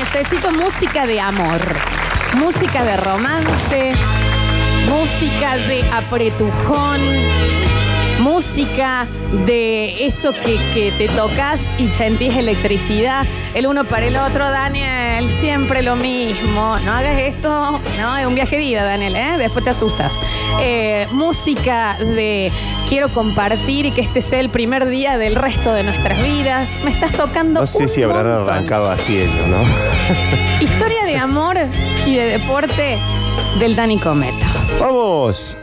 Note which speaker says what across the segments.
Speaker 1: necesito música de amor, música de romance, música de apretujón, música de eso que, que te tocas y sentís electricidad, el uno para el otro, Daniel, siempre lo mismo. No hagas esto, no, es un viaje de ida, Daniel, ¿eh? después te asustas. Eh, música de quiero compartir y que este sea el primer día del resto de nuestras vidas. Me estás tocando.
Speaker 2: No sé
Speaker 1: un
Speaker 2: si habrán
Speaker 1: montón.
Speaker 2: arrancado así ellos, ¿no?
Speaker 1: Historia de amor y de deporte del Dani Cometo.
Speaker 2: Vamos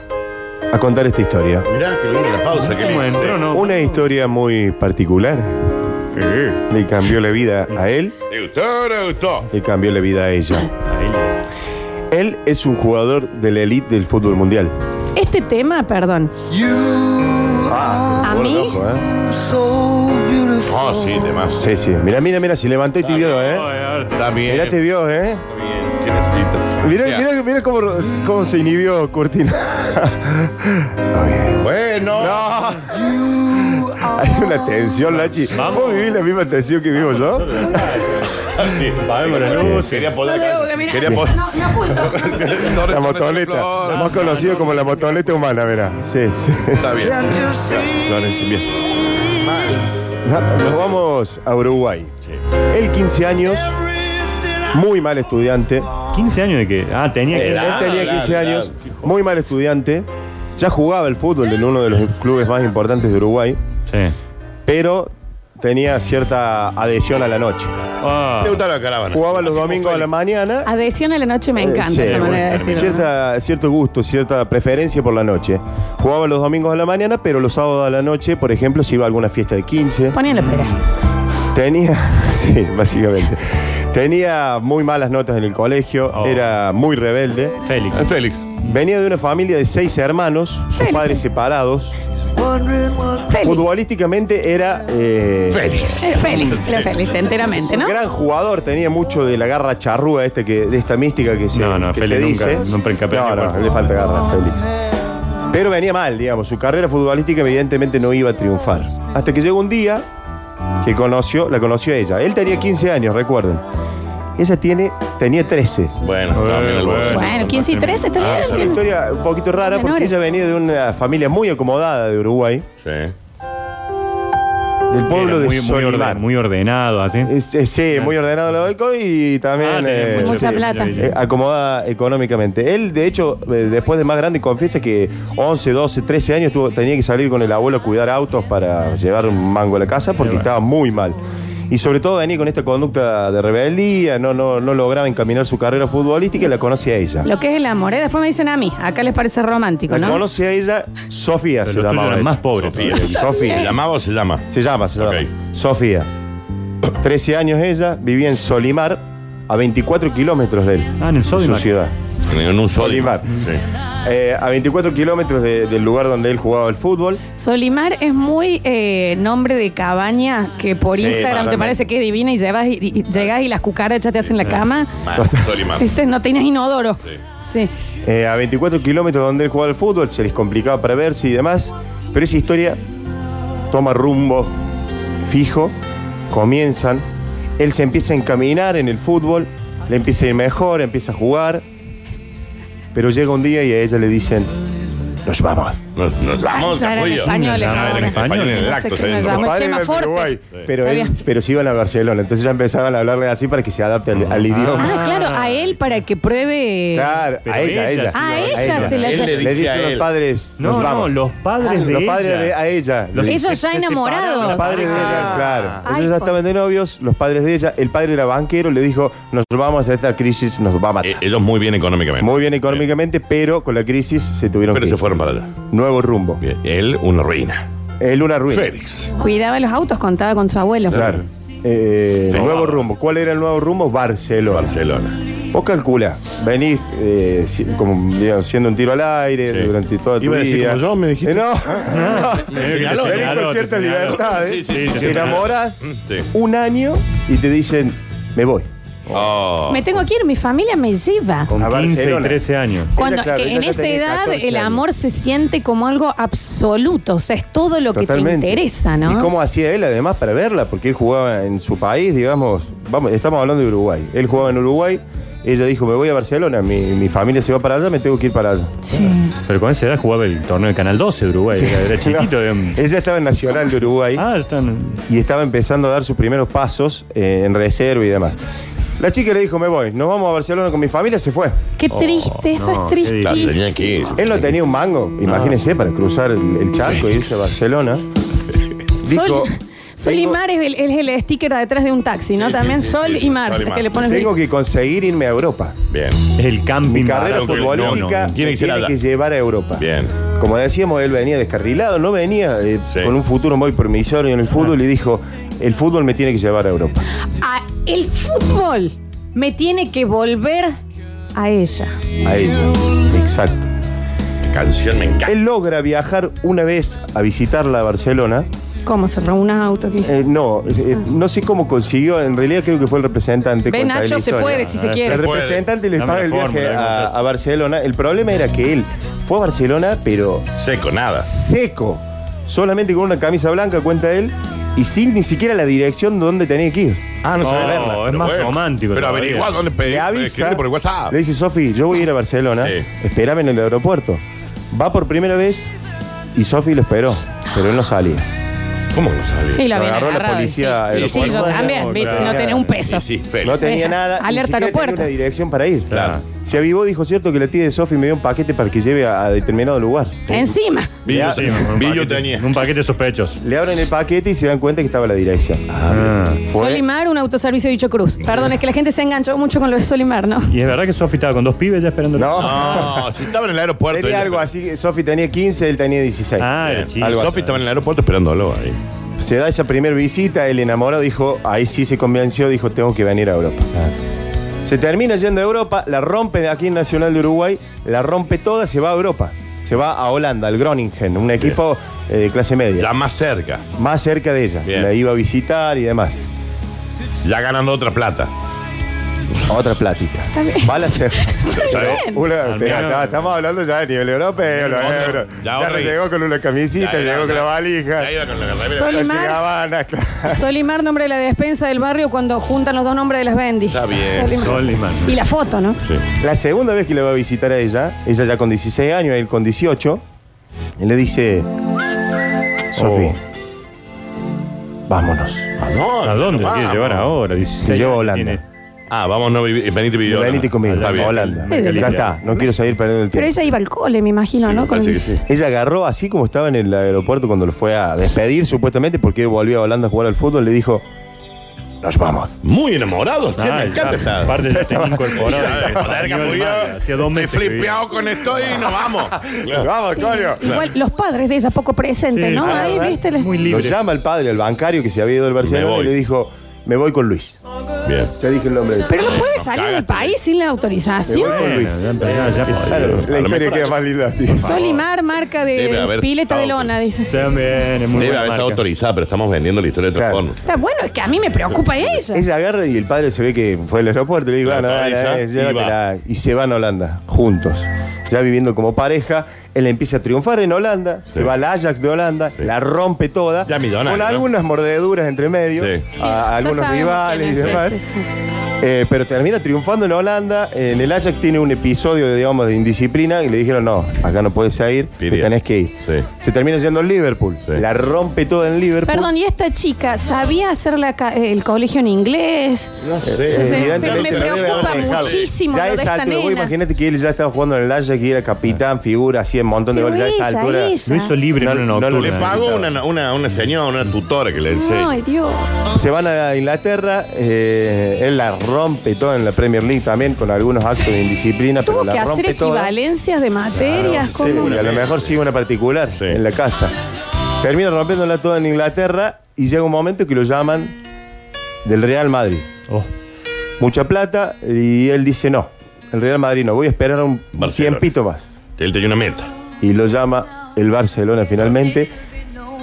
Speaker 2: a contar esta historia.
Speaker 3: Mirá, qué linda la pausa, qué
Speaker 4: ¿Cómo
Speaker 3: linda.
Speaker 4: entró, no?
Speaker 2: Una historia muy particular. Le cambió la vida a él
Speaker 3: ¿Te gustó no te gustó?
Speaker 2: y cambió la vida a ella. Él es un jugador de la elite del fútbol mundial.
Speaker 1: Este tema, perdón, Ah, a mí
Speaker 2: Ojo, ¿eh?
Speaker 3: Oh, sí, demás.
Speaker 2: Sí, sí. Mira, mira, mira, si levantó y te vio, ¿eh?
Speaker 3: Está bien.
Speaker 2: Mirá, te vio, ¿eh?
Speaker 3: Está bien. ¿Qué necesito?
Speaker 2: Mirá,
Speaker 3: Mira.
Speaker 2: mirá, mirá cómo, cómo se inhibió Cortina.
Speaker 3: Bueno.
Speaker 2: Hay una tensión, Lachi.
Speaker 4: Vamos.
Speaker 2: ¿Vos vivís la misma tensión que vivo yo?
Speaker 3: Sí.
Speaker 4: Apagamos las luces.
Speaker 3: Quería poder.
Speaker 1: No, no, mira.
Speaker 3: Quería poder.
Speaker 1: No, no oculto.
Speaker 2: La motoleta. Lo más conocido como la motoleta humana, verá. Sí, sí.
Speaker 3: Está bien. Gracias, Florencia, bien.
Speaker 2: No, Nos vamos a Uruguay. Él, 15 años, muy mal estudiante.
Speaker 4: 15 años de que. Ah, tenía que.
Speaker 2: Él
Speaker 3: Edad,
Speaker 2: tenía
Speaker 3: edad,
Speaker 2: 15
Speaker 3: edad.
Speaker 2: años, muy mal estudiante. Ya jugaba el fútbol en uno de los clubes más importantes de Uruguay,
Speaker 4: Sí.
Speaker 2: pero tenía cierta adhesión a la noche.
Speaker 4: Ah,
Speaker 3: Le gustaba la caravana.
Speaker 2: Jugaba los
Speaker 3: Así como
Speaker 2: domingos a la
Speaker 3: Félix.
Speaker 2: mañana
Speaker 1: Adhesión a la noche me encanta
Speaker 2: Eh, Sí,
Speaker 1: esa
Speaker 2: bueno,
Speaker 1: manera de decirlo. ¿no?
Speaker 2: Cierta- cierto gusto, cierta preferencia por la noche. Jugaba los domingos a la mañana, pero los sábados a la noche, por ejemplo, si iba a alguna fiesta de 15.
Speaker 1: Ponía la pera.
Speaker 2: Tenía, sí, básicamente. Tenía muy malas notas en el colegio,
Speaker 4: Oh.
Speaker 2: era muy rebelde.
Speaker 4: Félix.
Speaker 3: El Félix.
Speaker 2: Venía de una familia de seis hermanos, sus
Speaker 1: Félix.
Speaker 2: padres separados.
Speaker 1: Félix.
Speaker 2: Futbolísticamente era eh,
Speaker 3: Félix.
Speaker 1: Eh, Félix, la Félix, enteramente,
Speaker 2: un
Speaker 1: ¿no?
Speaker 2: gran jugador, tenía mucho de la garra charrúa este que, de esta mística que se,
Speaker 4: No, no,
Speaker 2: que
Speaker 4: Félix
Speaker 2: se
Speaker 4: nunca-
Speaker 2: dice.
Speaker 4: nunca escapé
Speaker 2: no,
Speaker 4: ni
Speaker 2: no,
Speaker 4: por-
Speaker 2: le falta garra a Félix. Pero venía mal, digamos, su carrera futbolística evidentemente no iba a triunfar. Hasta que llegó un día que conoció, la conoció ella. Él tenía 15 años, recuerden. Ella tiene, tenía 13.
Speaker 3: Bueno,
Speaker 4: Eh,
Speaker 3: también el
Speaker 4: bueno.
Speaker 3: bueno.
Speaker 1: Bueno, 15 y 13 está
Speaker 3: Ah,
Speaker 1: bien.
Speaker 3: sí.
Speaker 2: Una
Speaker 1: tiene-
Speaker 2: historia un poquito rara porque
Speaker 1: Menores.
Speaker 2: ella venía de una familia muy acomodada de Uruguay,
Speaker 3: Sí.
Speaker 2: del pueblo
Speaker 4: Era
Speaker 2: de
Speaker 4: muy, muy, orde-
Speaker 2: Solimar.
Speaker 4: muy ordenado, así.
Speaker 2: Es- es- sí, muy ordenado lo del co- y también...
Speaker 4: Ah, tenía
Speaker 2: eh,
Speaker 4: mucho-
Speaker 1: Mucha plata.
Speaker 2: Eh, acomodada económicamente. Él, de hecho, eh, después de más grande, confiesa que 11, 12, 13 años tuvo- tenía que salir con el abuelo a cuidar autos para llevar un mango a la casa porque
Speaker 4: bueno.
Speaker 2: estaba muy mal. Y sobre todo venía con esta conducta de rebeldía, no, no, no lograba encaminar su carrera futbolística y la conoce a ella.
Speaker 1: Lo que es el amor, ¿eh? Después me dicen a mí. Acá les parece romántico,
Speaker 2: La
Speaker 1: ¿no?
Speaker 2: conoce a ella, Sofía
Speaker 4: Pero
Speaker 2: se
Speaker 4: los tuyos
Speaker 2: llamaba.
Speaker 4: eran
Speaker 2: ella.
Speaker 4: más pobres.
Speaker 3: Sofía.
Speaker 4: todavía.
Speaker 3: ¿Se
Speaker 2: Sofía.
Speaker 3: llamaba o se llama?
Speaker 2: Se llama, se llama.
Speaker 3: Ok.
Speaker 2: Sofía. 13 años ella, vivía en Solimar, a 24 kilómetros de él,
Speaker 4: Ah, en el
Speaker 2: su
Speaker 4: Solimar.
Speaker 2: ciudad.
Speaker 3: En un sol.
Speaker 2: Solimar.
Speaker 3: Sí.
Speaker 2: Eh, a 24 kilómetros de- del lugar donde él jugaba el fútbol.
Speaker 1: Solimar es muy eh, nombre de cabaña que por
Speaker 2: Sí,
Speaker 1: Instagram te
Speaker 2: totalmente.
Speaker 1: parece que es divina y, llevas y, y llegas y las cucarachas te hacen la cama.
Speaker 3: Mal, Solimar.
Speaker 1: Este, no tenías inodoro. Sí.
Speaker 2: Eh, a 24 kilómetros donde él jugaba el fútbol, se les complicaba para verse y demás. Pero esa historia toma rumbo fijo, comienzan. Él se empieza a encaminar en el fútbol, le empieza a ir mejor, empieza a jugar. Pero llega un día y a ella le dicen, nos vamos.
Speaker 3: Nos, nos
Speaker 1: Ah,
Speaker 3: vamos,
Speaker 1: ya eran
Speaker 3: capullo.
Speaker 1: españoles
Speaker 3: Ah, eran
Speaker 1: ahora.
Speaker 3: españoles en el
Speaker 1: No sé
Speaker 3: acto.
Speaker 1: qué nos
Speaker 3: ¿sabes?
Speaker 1: llamó. Vamos,
Speaker 2: Padre
Speaker 1: Chema,
Speaker 2: era de
Speaker 1: fuerte.
Speaker 2: Uruguay, pero,
Speaker 1: Está
Speaker 2: él-
Speaker 1: bien.
Speaker 2: pero se iban a Barcelona, entonces ya empezaban a hablarle así para que se adapte al, al idioma.
Speaker 1: Ah, claro, a él para que pruebe.
Speaker 2: Claro,
Speaker 4: Pero
Speaker 2: a ella, a
Speaker 4: ella
Speaker 2: ella.
Speaker 4: sí
Speaker 1: lo- A ella se la-
Speaker 3: Él le
Speaker 2: Le
Speaker 3: dice
Speaker 2: dicen
Speaker 3: a
Speaker 2: los
Speaker 3: él.
Speaker 2: padres.
Speaker 4: No,
Speaker 2: nos
Speaker 4: no,
Speaker 2: vamos. Ah,
Speaker 4: los padres de
Speaker 2: los padres
Speaker 4: ella.
Speaker 2: de- Ah. a ella.
Speaker 4: Los-
Speaker 1: Ellos
Speaker 4: se-
Speaker 1: ya
Speaker 4: se
Speaker 1: enamorados.
Speaker 4: separaron.
Speaker 2: Los padres de ella, claro.
Speaker 1: Ah. Ay,
Speaker 2: Ellos ya
Speaker 1: por-
Speaker 2: estaban de novios, los padres de ella. El padre era banquero, le dijo, nos vamos a esta crisis, nos va a matar.
Speaker 3: Eh, Ellos muy bien económicamente.
Speaker 2: Muy bien económicamente, pero con la crisis eh, se tuvieron
Speaker 3: Pero
Speaker 2: que
Speaker 3: se
Speaker 2: ir.
Speaker 3: fueron para allá.
Speaker 2: Nuevo rumbo.
Speaker 3: Bien. Él, una ruina.
Speaker 2: El una ruina.
Speaker 3: Félix.
Speaker 1: Cuidaba los autos, contaba con su abuelo.
Speaker 2: Claro. Eh,
Speaker 3: Sí.
Speaker 2: nuevo rumbo. ¿Cuál era el nuevo rumbo? Barcelona.
Speaker 3: Barcelona.
Speaker 2: Vos calcula, venís eh, si- como digamos, siendo un tiro al aire
Speaker 3: Sí.
Speaker 2: durante toda tu
Speaker 3: Iba a
Speaker 2: vida.
Speaker 3: decir como yo, me dijiste. Ah,
Speaker 2: Eh, no,
Speaker 3: Me señaló,
Speaker 2: Venís
Speaker 3: señaló,
Speaker 2: con
Speaker 4: te
Speaker 2: cierta
Speaker 4: señaló.
Speaker 3: Ah,
Speaker 2: libertad, ¿eh?
Speaker 3: Sí, sí, sí,
Speaker 2: te
Speaker 3: sí.
Speaker 2: enamoras
Speaker 3: Sí.
Speaker 2: un año y te dicen, me voy.
Speaker 3: Oh.
Speaker 1: Me tengo que ir, mi familia me lleva.
Speaker 4: Con
Speaker 2: A
Speaker 4: 15 y
Speaker 2: Barcelona.
Speaker 4: 13 años.
Speaker 1: Cuando,
Speaker 2: claro,
Speaker 1: que
Speaker 2: ella
Speaker 1: en
Speaker 2: ya
Speaker 1: esa
Speaker 2: tenía
Speaker 1: edad
Speaker 2: 14
Speaker 1: el
Speaker 2: años.
Speaker 1: amor se siente como algo absoluto, o sea, es todo lo que te interesa, ¿no?
Speaker 2: ¿Y cómo hacía él además para verla? Porque él jugaba en su país, digamos, vamos, estamos hablando de Uruguay. Él jugaba en Uruguay, ella dijo, me voy a Barcelona, mi, mi familia se va para allá, me tengo que ir para allá.
Speaker 1: Sí.
Speaker 4: Pero con esa edad jugaba el torneo de Canal 12 de Uruguay. Era, era chiquito. digamos.
Speaker 2: Ella estaba en Nacional de Uruguay
Speaker 4: Ah, están.
Speaker 2: y estaba empezando a dar sus primeros pasos eh, en reserva y demás. La chica le dijo, me voy, nos vamos a Barcelona con mi familia, se fue.
Speaker 1: Qué triste, esto
Speaker 4: no,
Speaker 1: es
Speaker 4: qué
Speaker 1: triste.
Speaker 4: difícil.
Speaker 3: Claro, tenía que ir.
Speaker 2: Él no tenía un mango,
Speaker 3: Ah.
Speaker 2: imagínense, para cruzar el, el charco e irse a Barcelona. Dijo,
Speaker 1: Sol, Sol y
Speaker 2: tengo-
Speaker 1: Mar es el, es el sticker detrás de un taxi, ¿no?
Speaker 3: Sí,
Speaker 1: También
Speaker 3: sí, sí,
Speaker 1: Sol,
Speaker 3: sí, sí,
Speaker 1: y Mar,
Speaker 3: Sol y Mar.
Speaker 1: que le pones
Speaker 2: tengo que conseguir irme a Europa.
Speaker 3: Bien,
Speaker 4: El camping.
Speaker 2: Mi carrera
Speaker 3: barato,
Speaker 2: futbolística
Speaker 3: no, no, tiene que
Speaker 2: me
Speaker 3: ser
Speaker 2: tiene
Speaker 3: allá.
Speaker 2: que llevar a Europa.
Speaker 3: bien.
Speaker 2: Como decíamos, él venía descarrilado, no venía eh,
Speaker 3: Sí.
Speaker 2: con un futuro muy promisorio en el fútbol y dijo, el fútbol me tiene que llevar a Europa.
Speaker 1: A- Ah, el fútbol me tiene que volver a ella.
Speaker 2: A ella. Exacto.
Speaker 3: Qué canción me encanta.
Speaker 2: Él logra viajar una vez a visitarla a Barcelona.
Speaker 1: ¿Cómo se un auto aquí?
Speaker 2: Eh, no, eh, no sé cómo consiguió, en realidad creo que fue el representante.
Speaker 1: Ah. Ve,
Speaker 2: cuenta de la
Speaker 1: Nacho, se
Speaker 2: historia.
Speaker 1: puede si se
Speaker 4: Ah,
Speaker 2: El
Speaker 1: quiere.
Speaker 3: Puede.
Speaker 2: representante les
Speaker 4: Dame
Speaker 2: paga
Speaker 4: la
Speaker 2: el viaje
Speaker 4: fórmula,
Speaker 2: a,
Speaker 4: vamos a
Speaker 2: a Barcelona. El problema era que él fue a Barcelona, pero
Speaker 3: Seco, nada.
Speaker 2: seco, solamente con una camisa blanca, cuenta él, y sin ni siquiera la dirección donde tenía que ir.
Speaker 3: Ah,
Speaker 4: no sabía verla. es
Speaker 3: Pero
Speaker 4: más romántico
Speaker 3: Pero
Speaker 4: todavía.
Speaker 3: averiguá dónde pedir.
Speaker 2: Le avisa,
Speaker 3: escribirle por WhatsApp.
Speaker 2: le dice, Sofi, yo voy a ir a Barcelona,
Speaker 3: Sí.
Speaker 2: espérame en el aeropuerto. Va por primera vez y Sofi lo esperó, pero él no salía.
Speaker 3: ¿Cómo no sabía?
Speaker 1: Y la
Speaker 2: Lo
Speaker 1: viene
Speaker 2: agarró la
Speaker 1: agarrado,
Speaker 2: policía
Speaker 1: sí. Y sí, yo
Speaker 2: aeroportuaria.
Speaker 1: también, ¿viste? si no
Speaker 2: Claro.
Speaker 1: tenés un peso.
Speaker 3: Y sí, Félix.
Speaker 2: No tenía nada, ni
Speaker 1: Alerta
Speaker 2: siquiera
Speaker 1: aeropuerto.
Speaker 2: tenía una dirección para ir.
Speaker 3: Claro.
Speaker 2: Se avivó, dijo, cierto que la tía de Sofi me dio un paquete para que lleve a, a determinado lugar.
Speaker 1: Encima.
Speaker 3: Billo,
Speaker 2: Ya.
Speaker 4: Sí, con un
Speaker 3: Billo
Speaker 4: paquete-
Speaker 3: eh, tenía.
Speaker 4: Un paquete sospechosos.
Speaker 2: Le abren el paquete y se dan cuenta que estaba la dirección.
Speaker 4: Ah.
Speaker 2: Fue-
Speaker 1: Sol y Mar, un autoservicio dicho cruz. Perdón, es que la gente se enganchó mucho con lo de Sol y Mar, ¿no?
Speaker 4: Y es verdad que Sofi estaba con dos pibes ya esperando.
Speaker 2: No.
Speaker 3: No, Ah, si estaba en el aeropuerto.
Speaker 2: Tenía algo así, Sofi tenía 15, él tenía 16.
Speaker 4: Ah, era
Speaker 3: Bien.
Speaker 4: chido.
Speaker 2: algo así.
Speaker 3: Sofi estaba en el aeropuerto esperándolo ahí.
Speaker 2: Se da esa primera visita, el enamorado dijo, ahí sí se convenció, dijo, tengo que venir a Europa.
Speaker 4: Ah.
Speaker 2: Se termina yendo a Europa, la rompe aquí en Nacional de Uruguay, la rompe toda, se va a Europa. Se va a Holanda, al Groningen, un equipo eh, de clase media.
Speaker 3: Ya más cerca.
Speaker 2: Más cerca de ella.
Speaker 3: Bien.
Speaker 2: La iba a visitar y demás.
Speaker 3: Ya ganando otra plata.
Speaker 2: Otra plática.
Speaker 1: Está bien.
Speaker 2: Va a la cer-
Speaker 3: Está bien.
Speaker 2: Una-
Speaker 4: También.
Speaker 2: espera, está- estamos hablando ya de nivel europeo, los
Speaker 3: Otra-
Speaker 2: euros.
Speaker 3: ya
Speaker 2: Ya,
Speaker 3: otra
Speaker 2: no
Speaker 3: y-
Speaker 2: llegó con una camisita,
Speaker 3: Ya, ya,
Speaker 2: llegó
Speaker 3: ya.
Speaker 2: con la valija.
Speaker 3: Ya iba con la remera.
Speaker 1: Sol-
Speaker 2: No
Speaker 1: Solimar.
Speaker 2: llegaban a- claro.
Speaker 1: Solimar, nombre de la despensa del barrio cuando juntan los dos nombres de las bendis.
Speaker 3: Está bien.
Speaker 1: Sol y Mar.
Speaker 4: Sol y Mar.
Speaker 1: Y la foto, ¿no?
Speaker 3: Sí.
Speaker 2: La segunda vez que le va a visitar a ella, ella ya con 16 años, él con 18, él le dice, Sofi, vámonos.
Speaker 3: ¿A dónde?
Speaker 4: ¿A dónde lo quiere
Speaker 3: Vamos.
Speaker 4: llevar ahora? 16
Speaker 2: Se lleva a
Speaker 4: años
Speaker 2: Holanda.
Speaker 4: tiene.
Speaker 3: Ah, vamos, no, vivi- venite video.
Speaker 2: Venite conmigo,
Speaker 4: Está
Speaker 2: a
Speaker 4: bien.
Speaker 2: Holanda.
Speaker 1: Sí,
Speaker 2: Ya
Speaker 1: bien.
Speaker 2: está, no quiero salir perdiendo el
Speaker 1: Pero
Speaker 2: tiempo.
Speaker 1: ella iba al cole, me imagino, ¿no? Con
Speaker 3: Parece que
Speaker 1: el-
Speaker 3: sí.
Speaker 2: Ella agarró, así como estaba en el aeropuerto cuando lo fue a despedir, supuestamente, porque él volvió a Holanda a jugar al fútbol, le dijo, nos vamos.
Speaker 3: Muy enamorados. che, me
Speaker 4: Ah,
Speaker 3: encanta
Speaker 4: ya,
Speaker 3: esta.
Speaker 4: Aparte ya tenía incorporado.
Speaker 3: Claro, cerca, muy bien.
Speaker 4: Hacía dos meses.
Speaker 3: Estoy
Speaker 4: que vivía.
Speaker 3: flipeado con esto y nos vamos.
Speaker 2: Nos
Speaker 3: Claro.
Speaker 2: vamos, Corio.
Speaker 1: Igual los padres de ella poco presentes,
Speaker 4: Sí,
Speaker 1: ¿no?
Speaker 4: la
Speaker 1: Ahí,
Speaker 2: verdad,
Speaker 1: viste, les-
Speaker 4: Muy
Speaker 2: Lo
Speaker 4: libre.
Speaker 2: llama el padre, el bancario que se había ido del Barcelona,
Speaker 3: voy.
Speaker 2: y le dijo, me voy con Luis.
Speaker 3: Bien.
Speaker 2: Ya dije el nombre. del-
Speaker 1: Pero no
Speaker 3: Ay,
Speaker 1: puede
Speaker 3: nos
Speaker 1: salir del
Speaker 3: cagaste.
Speaker 1: país sin la autorización.
Speaker 2: Bueno, Luis.
Speaker 4: ya, ya, ya,
Speaker 2: Claro,
Speaker 4: por-
Speaker 2: la
Speaker 3: A lo
Speaker 2: historia
Speaker 3: mejor-
Speaker 2: queda más linda así.
Speaker 1: Solimar, marca
Speaker 3: Debe
Speaker 1: de
Speaker 3: haber
Speaker 1: pileta de
Speaker 3: estado-
Speaker 1: lona, dice.
Speaker 4: También, es muy
Speaker 3: Debe
Speaker 4: buena
Speaker 3: haber estado
Speaker 4: marca.
Speaker 3: autorizada, pero estamos vendiendo la historia de otra
Speaker 2: Claro.
Speaker 3: forma.
Speaker 1: Está bueno, es que a mí me preocupa ella.
Speaker 2: Ella agarra y el padre se ve que fue al aeropuerto. Le digo,
Speaker 3: La
Speaker 2: bueno, dale,
Speaker 3: autoriza
Speaker 2: dale,
Speaker 3: y
Speaker 2: llévatela. Y se van a Holanda, juntos. Ya viviendo como pareja, él empieza a triunfar en Holanda, se va al Ajax de Holanda, la rompe toda,
Speaker 3: Ya millonario,
Speaker 2: con
Speaker 3: ¿no?
Speaker 2: algunas mordeduras entre medio,
Speaker 3: Sí.
Speaker 1: Sí,
Speaker 2: a,
Speaker 1: ya
Speaker 2: algunos
Speaker 1: sabemos
Speaker 2: rivales y
Speaker 1: quién es,
Speaker 2: demás.
Speaker 1: sí, sí, sí.
Speaker 2: Eh, pero termina triunfando en Holanda. En el Ajax tiene un episodio, digamos, de indisciplina y le dijeron, no, acá no puedes ir, te
Speaker 3: Piría.
Speaker 2: tenés que ir.
Speaker 3: Sí.
Speaker 2: Se termina yendo al Liverpool.
Speaker 3: Sí.
Speaker 2: La rompe toda en Liverpool.
Speaker 1: Perdón, ¿y esta chica sabía hacer la ca- eh, el colegio en inglés?
Speaker 3: No
Speaker 2: Sí,
Speaker 1: Sí, sí,
Speaker 2: Eh, evidentemente
Speaker 1: me- me
Speaker 2: no debe haber
Speaker 1: preocupa
Speaker 2: dejado.
Speaker 1: muchísimo
Speaker 2: Ya
Speaker 1: lo de
Speaker 2: esa
Speaker 1: esta
Speaker 2: altura, vos
Speaker 1: nena.
Speaker 2: imagínate que él ya estaba jugando en el Ajax, que era capitán, figura, así en un montón de
Speaker 1: Pero
Speaker 2: goles. Ya a esa
Speaker 1: ella,
Speaker 2: altura.
Speaker 1: ella.
Speaker 4: Lo hizo libre
Speaker 2: No,
Speaker 4: en una
Speaker 2: no, no
Speaker 4: nocturna.
Speaker 3: Le pagó una, una, una señora, una tutora que le enseñó.
Speaker 1: Ay, Dios.
Speaker 2: Se van a Inglaterra, eh, él la rompe todo en la Premier League también, con algunos actos de indisciplina, pero
Speaker 1: Tuvo
Speaker 2: la
Speaker 1: que hacer
Speaker 2: rompe todo.
Speaker 1: equivalencias de materias.
Speaker 2: Sí,
Speaker 1: ¿cómo?
Speaker 2: y a lo mejor sigue una particular
Speaker 3: Sí.
Speaker 2: en la casa. Termina rompiéndola toda en Inglaterra y llega un momento que lo llaman del Real Madrid.
Speaker 4: Oh,
Speaker 2: Mucha plata y él dice no, el Real Madrid no, voy a esperar un
Speaker 3: Barcelona.
Speaker 2: tiempito más.
Speaker 3: Él tenía una meta.
Speaker 2: y lo llama el Barcelona finalmente.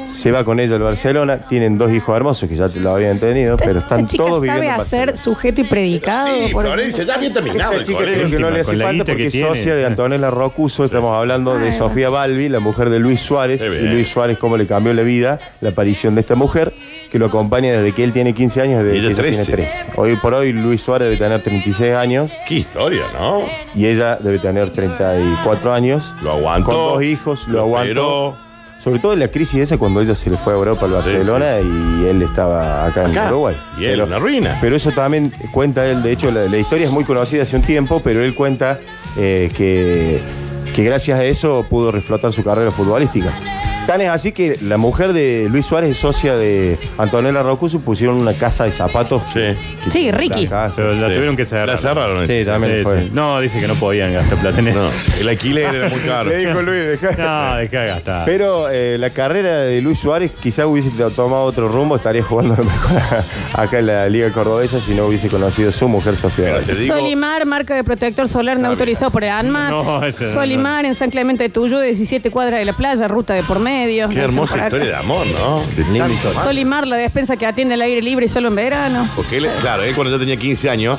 Speaker 2: Se va con ella al Barcelona. Tienen dos hijos hermosos que ya te lo habían tenido, pero están
Speaker 5: Esta chica
Speaker 2: todos
Speaker 5: sabe
Speaker 2: viviendo. en
Speaker 5: hacer
Speaker 2: Barcelona.
Speaker 5: sujeto y predicado.
Speaker 3: Sí,
Speaker 5: por-
Speaker 3: Florencia, ya había terminado.
Speaker 2: Esa
Speaker 3: el
Speaker 2: chica
Speaker 3: colegio.
Speaker 2: creo que no le
Speaker 4: Última,
Speaker 2: hace
Speaker 4: con la
Speaker 2: falta
Speaker 4: guita
Speaker 2: porque
Speaker 4: que
Speaker 2: es
Speaker 4: tiene.
Speaker 2: socia de Antonella Rocuso. Estamos hablando de
Speaker 5: Ay,
Speaker 2: Sofía Balbi, la mujer de Luis Suárez.
Speaker 3: Qué
Speaker 2: Y
Speaker 3: bien.
Speaker 2: Luis Suárez, cómo le cambió la vida la aparición de esta mujer que lo acompaña desde que él tiene 15 años, desde
Speaker 3: Y ella
Speaker 2: que ella
Speaker 3: 13.
Speaker 2: tiene 3. Hoy por hoy, Luis Suárez debe tener 36 años
Speaker 3: Qué historia, ¿no?
Speaker 2: y ella debe tener 34 años.
Speaker 3: Lo aguantó.
Speaker 2: Con dos hijos, lo aguantó.
Speaker 3: operó.
Speaker 2: Sobre todo en la crisis esa cuando ella se le fue a Europa al Barcelona y él estaba acá, en
Speaker 3: Acá.
Speaker 2: Uruguay.
Speaker 3: Y él,
Speaker 2: Pero-
Speaker 3: una ruina.
Speaker 2: pero eso también cuenta él, de hecho la, la historia es muy conocida hace un tiempo, pero él cuenta eh, que, que gracias a eso pudo reflotar su carrera futbolística. Tan es así que la mujer de Luis Suárez es socia de Antonella Rocuso, pusieron una casa de zapatos.
Speaker 3: Sí.
Speaker 2: que-
Speaker 1: Sí,
Speaker 2: que-
Speaker 1: Ricky.
Speaker 2: la casa.
Speaker 4: Pero la
Speaker 3: Sí.
Speaker 4: tuvieron que cerrar.
Speaker 3: La cerraron.
Speaker 2: Sí, también
Speaker 4: Sí,
Speaker 2: fue.
Speaker 4: sí. No, dice que no podían gastar plata en
Speaker 3: No,
Speaker 4: eso.
Speaker 3: el alquiler era muy caro.
Speaker 2: Le dijo Luis, dejá.
Speaker 4: No, dejá de
Speaker 3: Ah.
Speaker 4: gastar.
Speaker 2: Pero eh, la carrera de Luis Suárez quizá hubiese tomado otro rumbo, estaría jugando mejor acá en la Liga Cordobesa si no hubiese conocido a su mujer Sofía.
Speaker 3: Pero
Speaker 2: Valls.
Speaker 3: te digo-
Speaker 1: Solimar, marca de protector solar no
Speaker 3: Ah,
Speaker 1: autorizado por el ANMAT.
Speaker 4: No, ese no,
Speaker 1: Solimar en San Clemente de Tuyo, 17 cuadras de la playa, ruta de por medio.
Speaker 3: Qué hermosa historia de amor, ¿no? De
Speaker 2: Linda
Speaker 3: tanto
Speaker 2: historia.
Speaker 3: amor.
Speaker 1: Solimar, la despensa que atiende al aire libre y solo en verano.
Speaker 3: Porque él, claro, él cuando yo tenía 15 años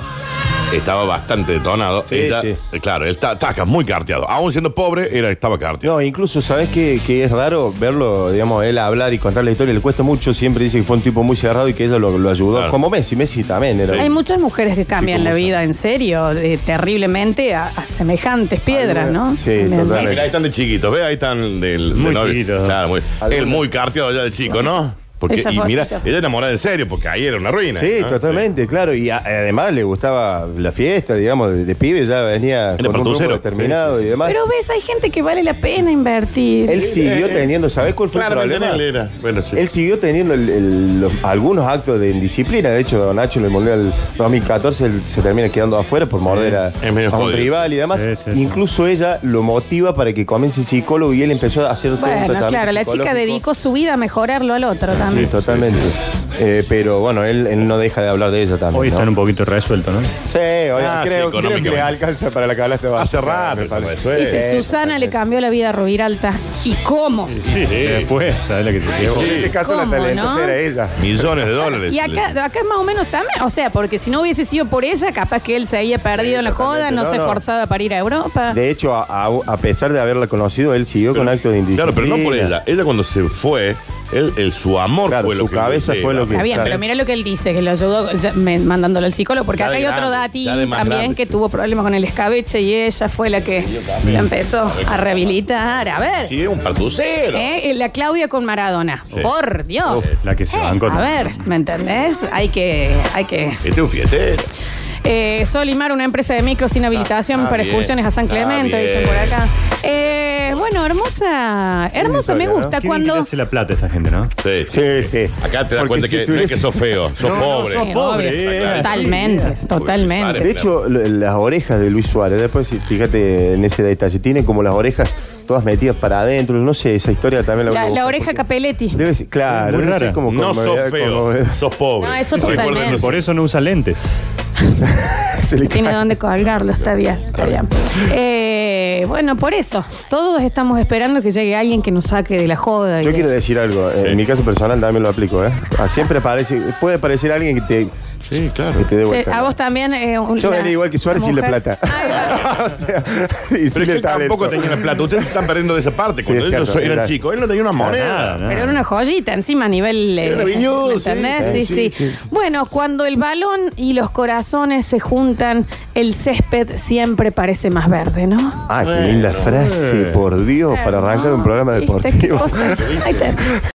Speaker 3: estaba bastante detonado.
Speaker 2: Sí,
Speaker 3: Ella-
Speaker 2: sí.
Speaker 3: eh, Claro, él ta- taca, muy carteado. Aún siendo pobre, era, estaba carteado.
Speaker 2: No, incluso, ¿sabes qué, qué es raro verlo, digamos, él hablar y contar la historia? Le cuesta mucho, siempre dice que fue un tipo muy cerrado y que ella lo, lo ayudó.
Speaker 3: Claro.
Speaker 2: Como Messi, Messi también era.
Speaker 1: Hay muchas mujeres que cambian
Speaker 2: Sí,
Speaker 1: la
Speaker 2: como
Speaker 1: vida, en serio, eh, terriblemente a, a semejantes piedras,
Speaker 2: Alguna-
Speaker 1: ¿no?
Speaker 2: sí,
Speaker 1: En el-
Speaker 2: total.
Speaker 3: Ah, mirá, ahí están de chiquitos, ve, ahí están del
Speaker 4: Muy
Speaker 3: de novio.
Speaker 4: chiquitos.
Speaker 3: Claro, muy.
Speaker 2: Algunos.
Speaker 3: Él muy carteado ya de chico, ¿no? Porque,
Speaker 1: Esa
Speaker 3: y
Speaker 1: fotito.
Speaker 3: mira, ella enamorada en serio, porque ahí era una ruina.
Speaker 2: Sí,
Speaker 3: ¿no?
Speaker 2: totalmente, claro. Y a- además le gustaba la fiesta, digamos, de, de pibe ya venía con un grupo
Speaker 3: partucero.
Speaker 2: determinado
Speaker 3: Sí, sí, sí.
Speaker 2: y demás.
Speaker 1: Pero eh, ves, hay gente que vale la pena invertir.
Speaker 2: él siguió teniendo, ¿sabes cuál fue el
Speaker 3: Claramente
Speaker 2: problema?
Speaker 3: él era. Bueno, sí.
Speaker 2: Él siguió teniendo el- el- los- algunos actos de indisciplina. De hecho, Don Nacho en el Mundial 2014 él se termina quedando afuera por morder a,
Speaker 3: es medio
Speaker 2: a un
Speaker 3: jodido,
Speaker 2: rival y demás.
Speaker 4: Sí, sí, sí.
Speaker 2: Incluso ella lo motiva para que comience psicólogo y él empezó a hacer todo un
Speaker 1: Bueno,
Speaker 2: tratamiento
Speaker 1: claro, la chica
Speaker 2: psicológico.
Speaker 1: dedicó su vida a mejorarlo al otro
Speaker 2: Sí,
Speaker 1: también.
Speaker 2: totalmente. Eh, pero bueno, él, él no deja de hablar de ella también.
Speaker 4: Hoy
Speaker 2: ¿no?
Speaker 4: están un poquito resueltos, ¿no?
Speaker 2: Sí, hoy
Speaker 3: Ah, sí,
Speaker 2: creo, creo que
Speaker 3: económicamente.
Speaker 2: le alcanza para la canasta
Speaker 3: Hace
Speaker 2: básica,
Speaker 3: rato,
Speaker 2: me parece.
Speaker 3: eso es.
Speaker 1: Dice,
Speaker 2: Sí,
Speaker 1: Susana le
Speaker 2: totalmente.
Speaker 1: cambió la vida a Rubiralta. ¿Y cómo?
Speaker 4: Sí, después, ¿sabes la que se llevó?
Speaker 2: En
Speaker 3: pues. Sí.
Speaker 2: ese caso, la
Speaker 1: ¿Cómo,
Speaker 2: talentosa
Speaker 1: no?
Speaker 2: era ella.
Speaker 3: Millones de dólares.
Speaker 1: Y
Speaker 3: Le-
Speaker 1: acá, acá más o menos también, o sea, porque si no hubiese sido por ella, capaz que él se había perdido en la joda,
Speaker 2: totalmente.
Speaker 1: no,
Speaker 2: No,
Speaker 1: se
Speaker 2: no.
Speaker 1: forzaba para ir a Europa.
Speaker 2: De hecho, a, a- a pesar de haberla conocido, él siguió con actos de indisciplina.
Speaker 3: Claro, pero no por ella. Ella cuando se fue, él, él- su amor
Speaker 2: Claro,
Speaker 3: fue lo
Speaker 2: su
Speaker 3: que.
Speaker 2: cabeza
Speaker 3: le-
Speaker 2: fue lo que-
Speaker 1: Está bien,
Speaker 2: claro.
Speaker 1: pero mira lo que él dice, que lo ayudó ya, me- mandándolo al psicólogo, porque
Speaker 3: Ya
Speaker 1: acá
Speaker 3: de
Speaker 1: hay otro
Speaker 3: grande,
Speaker 1: datín
Speaker 3: ya de más
Speaker 1: también
Speaker 3: grande,
Speaker 1: que
Speaker 3: sí.
Speaker 1: tuvo problemas con el escabeche y ella fue la que lo empezó a rehabilitar. A ver,
Speaker 3: Sí, es un partucero.
Speaker 1: ¿eh? la Claudia con Maradona,
Speaker 3: Sí.
Speaker 1: por Dios.
Speaker 4: La que se
Speaker 1: Eh,
Speaker 4: bancó.
Speaker 1: a ver, ¿me entendés? Hay que, hay que
Speaker 3: Este es un fiestero.
Speaker 1: Eh, Solimar, una empresa de micros sin habilitación
Speaker 3: Ah, ah,
Speaker 1: para
Speaker 3: bien.
Speaker 1: excursiones a San
Speaker 3: Ah,
Speaker 1: Clemente,
Speaker 3: bien.
Speaker 1: dicen por acá. Eh, bueno, hermosa, hermosa, me
Speaker 2: historia, ¿no?
Speaker 1: gusta
Speaker 4: Qué bien que le
Speaker 1: cuando...
Speaker 4: hace la plata esta gente, ¿no?
Speaker 3: Sí,
Speaker 2: Sí, sí.
Speaker 3: Acá te das
Speaker 2: Porque
Speaker 3: cuenta
Speaker 2: si
Speaker 3: que no es
Speaker 2: tuviese-
Speaker 3: que sos feo, sos
Speaker 4: No, no,
Speaker 3: pobre.
Speaker 4: sos
Speaker 1: Sí,
Speaker 4: pobre,
Speaker 1: obvio.
Speaker 4: eh, así.
Speaker 1: Totalmente, totalmente.
Speaker 2: De hecho, lo- las orejas de Luis Suárez, después si- fíjate en ese detalle, tiene como las orejas todas metidas para adentro, no sé, esa historia también la voy a
Speaker 1: La, la
Speaker 2: buscar,
Speaker 1: oreja
Speaker 2: porque
Speaker 1: Capelletti.
Speaker 2: Debe ser, claro,
Speaker 4: Muy
Speaker 2: debe
Speaker 4: rara.
Speaker 2: ser como
Speaker 3: No
Speaker 2: conmovedor-
Speaker 3: sos feo,
Speaker 2: conmovedor.
Speaker 3: sos pobre.
Speaker 1: No, eso
Speaker 3: Recuérdenos
Speaker 1: totalmente.
Speaker 3: eso.
Speaker 4: Por eso no usa lentes.
Speaker 2: Se le
Speaker 1: Tiene
Speaker 2: cae.
Speaker 1: dónde colgarlo, está bien, está bien. Eh, bueno, por eso, todos estamos esperando que llegue alguien que nos saque de la joda. y
Speaker 2: Yo
Speaker 1: de-
Speaker 2: quiero decir algo, eh,
Speaker 3: Sí.
Speaker 2: en mi caso personal también lo aplico, ¿eh? Ah, Siempre aparece, puede aparecer alguien que te,
Speaker 3: Sí, claro.
Speaker 2: que te dé
Speaker 1: Te-
Speaker 2: vuelta.
Speaker 1: a vos también. eh, un-
Speaker 2: Yo
Speaker 1: la-
Speaker 2: venía igual que Suárez
Speaker 1: la
Speaker 2: sin la
Speaker 1: mujer-
Speaker 2: plata. Ah.
Speaker 1: Ay, va.
Speaker 2: o sea, y sin
Speaker 3: Pero es
Speaker 2: el
Speaker 3: que tampoco
Speaker 2: talento.
Speaker 3: tenía la plata. Ustedes se están perdiendo de esa parte.
Speaker 2: Sí,
Speaker 3: Cuando
Speaker 2: es
Speaker 3: ellos
Speaker 2: cierto,
Speaker 3: eran
Speaker 2: era-
Speaker 3: chicos, él no tenía una
Speaker 4: nada,
Speaker 3: moneda.
Speaker 4: nada.
Speaker 1: Pero era una joyita encima a nivel. eh,
Speaker 3: Era viñudo,
Speaker 1: ¿me
Speaker 3: sí,
Speaker 1: entendés? Sí
Speaker 3: sí,
Speaker 1: sí,
Speaker 3: sí, sí, sí.
Speaker 1: Bueno, cuando el balón y los corazones se juntan, el césped siempre parece más verde, ¿no?
Speaker 2: Ah, qué linda frase, por Dios, para arrancar un programa
Speaker 1: Viste,
Speaker 2: deportivo.
Speaker 1: qué cosa. Ahí tenés.